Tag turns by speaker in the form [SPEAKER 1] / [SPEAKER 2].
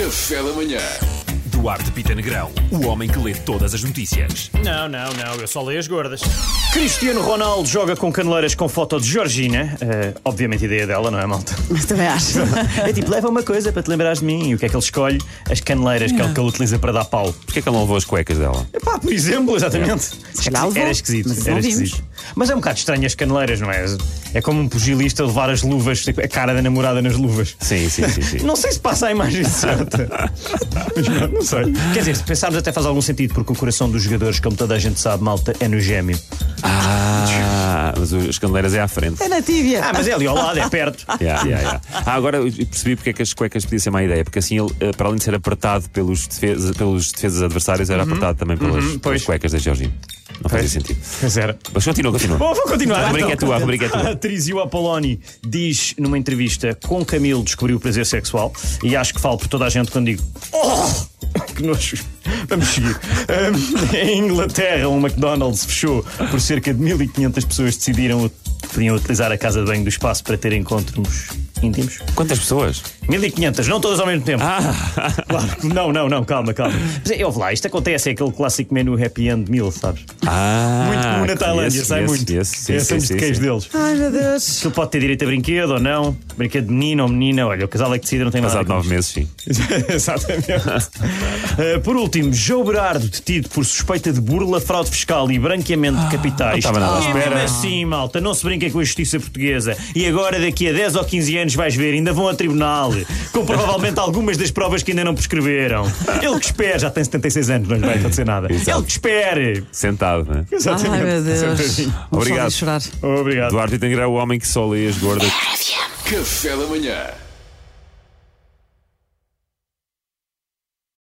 [SPEAKER 1] Café da manhã.
[SPEAKER 2] Duarte Pita Negrão, o homem que lê todas as notícias.
[SPEAKER 3] Não, não, não, eu só leio as gordas. Cristiano Ronaldo joga com caneleiras com foto de Georgina. Eh, obviamente, ideia dela, não é, malta?
[SPEAKER 4] Mas também acho.
[SPEAKER 3] É tipo, leva uma coisa para te lembrares de mim. E o que é que ele escolhe? As caneleiras que ele, que ele utiliza para dar pau.
[SPEAKER 2] Porquê que ele não levou as cuecas dela?
[SPEAKER 3] Epá, por exemplo, exatamente.
[SPEAKER 4] calhar É. levou,
[SPEAKER 3] era esquisito.
[SPEAKER 4] mas
[SPEAKER 3] era
[SPEAKER 4] não vimos.
[SPEAKER 3] esquisito. Mas é um bocado estranho as caneleiras, não é? É como um pugilista levar as luvas, tipo, a cara da namorada nas luvas.
[SPEAKER 2] Sim, sim, sim. sim.
[SPEAKER 3] Não sei se passa a imagem certa. Mas pronto, não sei. Quer dizer, se pensarmos até faz algum sentido, porque o coração dos jogadores, como toda a gente sabe, malta, é no gêmeo.
[SPEAKER 2] Ah, mas o- as caneleiras é à frente.
[SPEAKER 4] É na tíbia.
[SPEAKER 3] Ah, mas é ali ao lado, é perto.
[SPEAKER 2] Yeah, yeah, yeah. Ah, agora eu percebi porque é que as cuecas podia ser má ideia, porque assim ele, eh, para além de ser apertado pelos, defesa- pelos defesas adversários, era apertado também pelas, pelas
[SPEAKER 3] Uhum. pois.
[SPEAKER 2] cuecas da Georgina. Não fazia sentido.
[SPEAKER 3] Mas era.
[SPEAKER 2] Mas continua, continua.
[SPEAKER 3] Bom, vou continuar.
[SPEAKER 2] A rubrica é
[SPEAKER 3] então.
[SPEAKER 2] tua, a rubrica é tua.
[SPEAKER 3] A atriz Iu Apoloni diz numa entrevista com Camilo descobriu o prazer sexual e acho que falo por toda a gente quando digo oh, que nojo. Vamos seguir. Ahm, em Inglaterra, um McDonald's fechou por cerca de 1500 pessoas decidiram ut- podiam utilizar a casa de banho do espaço para ter encontros íntimos.
[SPEAKER 2] Quantas pessoas?
[SPEAKER 3] 1500, não todas ao mesmo tempo.
[SPEAKER 2] Ah.
[SPEAKER 3] Claro, que não, não, não, calma, calma. Mas é, ouve lá, isto acontece, é aquele clássico menu Happy End Meal, sabes?
[SPEAKER 2] Ah,
[SPEAKER 3] Muito comum na
[SPEAKER 2] conheço,
[SPEAKER 3] Tailândia, sai
[SPEAKER 2] conheço,
[SPEAKER 3] muito.
[SPEAKER 2] conheço. Sim,
[SPEAKER 3] é
[SPEAKER 2] sim,
[SPEAKER 3] sangue
[SPEAKER 2] sim,
[SPEAKER 3] de queijo
[SPEAKER 2] sim.
[SPEAKER 3] deles.
[SPEAKER 4] Ai meu Deus.
[SPEAKER 3] Tu pode ter direito a brinquedo ou não, brinquedo de menino ou menina, olha, o casal é que decide, não tem nada.
[SPEAKER 2] Passado
[SPEAKER 3] a
[SPEAKER 2] nove
[SPEAKER 3] ver com
[SPEAKER 2] meses, sim.
[SPEAKER 3] isto. Exatamente. Eh, por último, João Berardo, detido por suspeita de burla, fraude fiscal e branqueamento de capitais.
[SPEAKER 2] Ah, não estava nada à
[SPEAKER 3] E
[SPEAKER 2] espera.
[SPEAKER 3] mesmo assim, malta, não se brinca com a justiça portuguesa. E agora, daqui a 10 ou 15 anos, vais ver, ainda vão a tribunal, com provavelmente algumas das provas que ainda não prescreveram. Ele que espera, já tem 76 anos, não lhe vai acontecer nada.
[SPEAKER 2] Exato.
[SPEAKER 3] Ele que espere.
[SPEAKER 2] Sentado, né?
[SPEAKER 4] Ai meu Deus.
[SPEAKER 3] Sentadinho.
[SPEAKER 4] Vou só
[SPEAKER 2] Obrigado.
[SPEAKER 4] ali chorar.
[SPEAKER 3] Obrigado.
[SPEAKER 2] Duarte Tengra é o homem que só lê as gordas.
[SPEAKER 1] Café da manhã.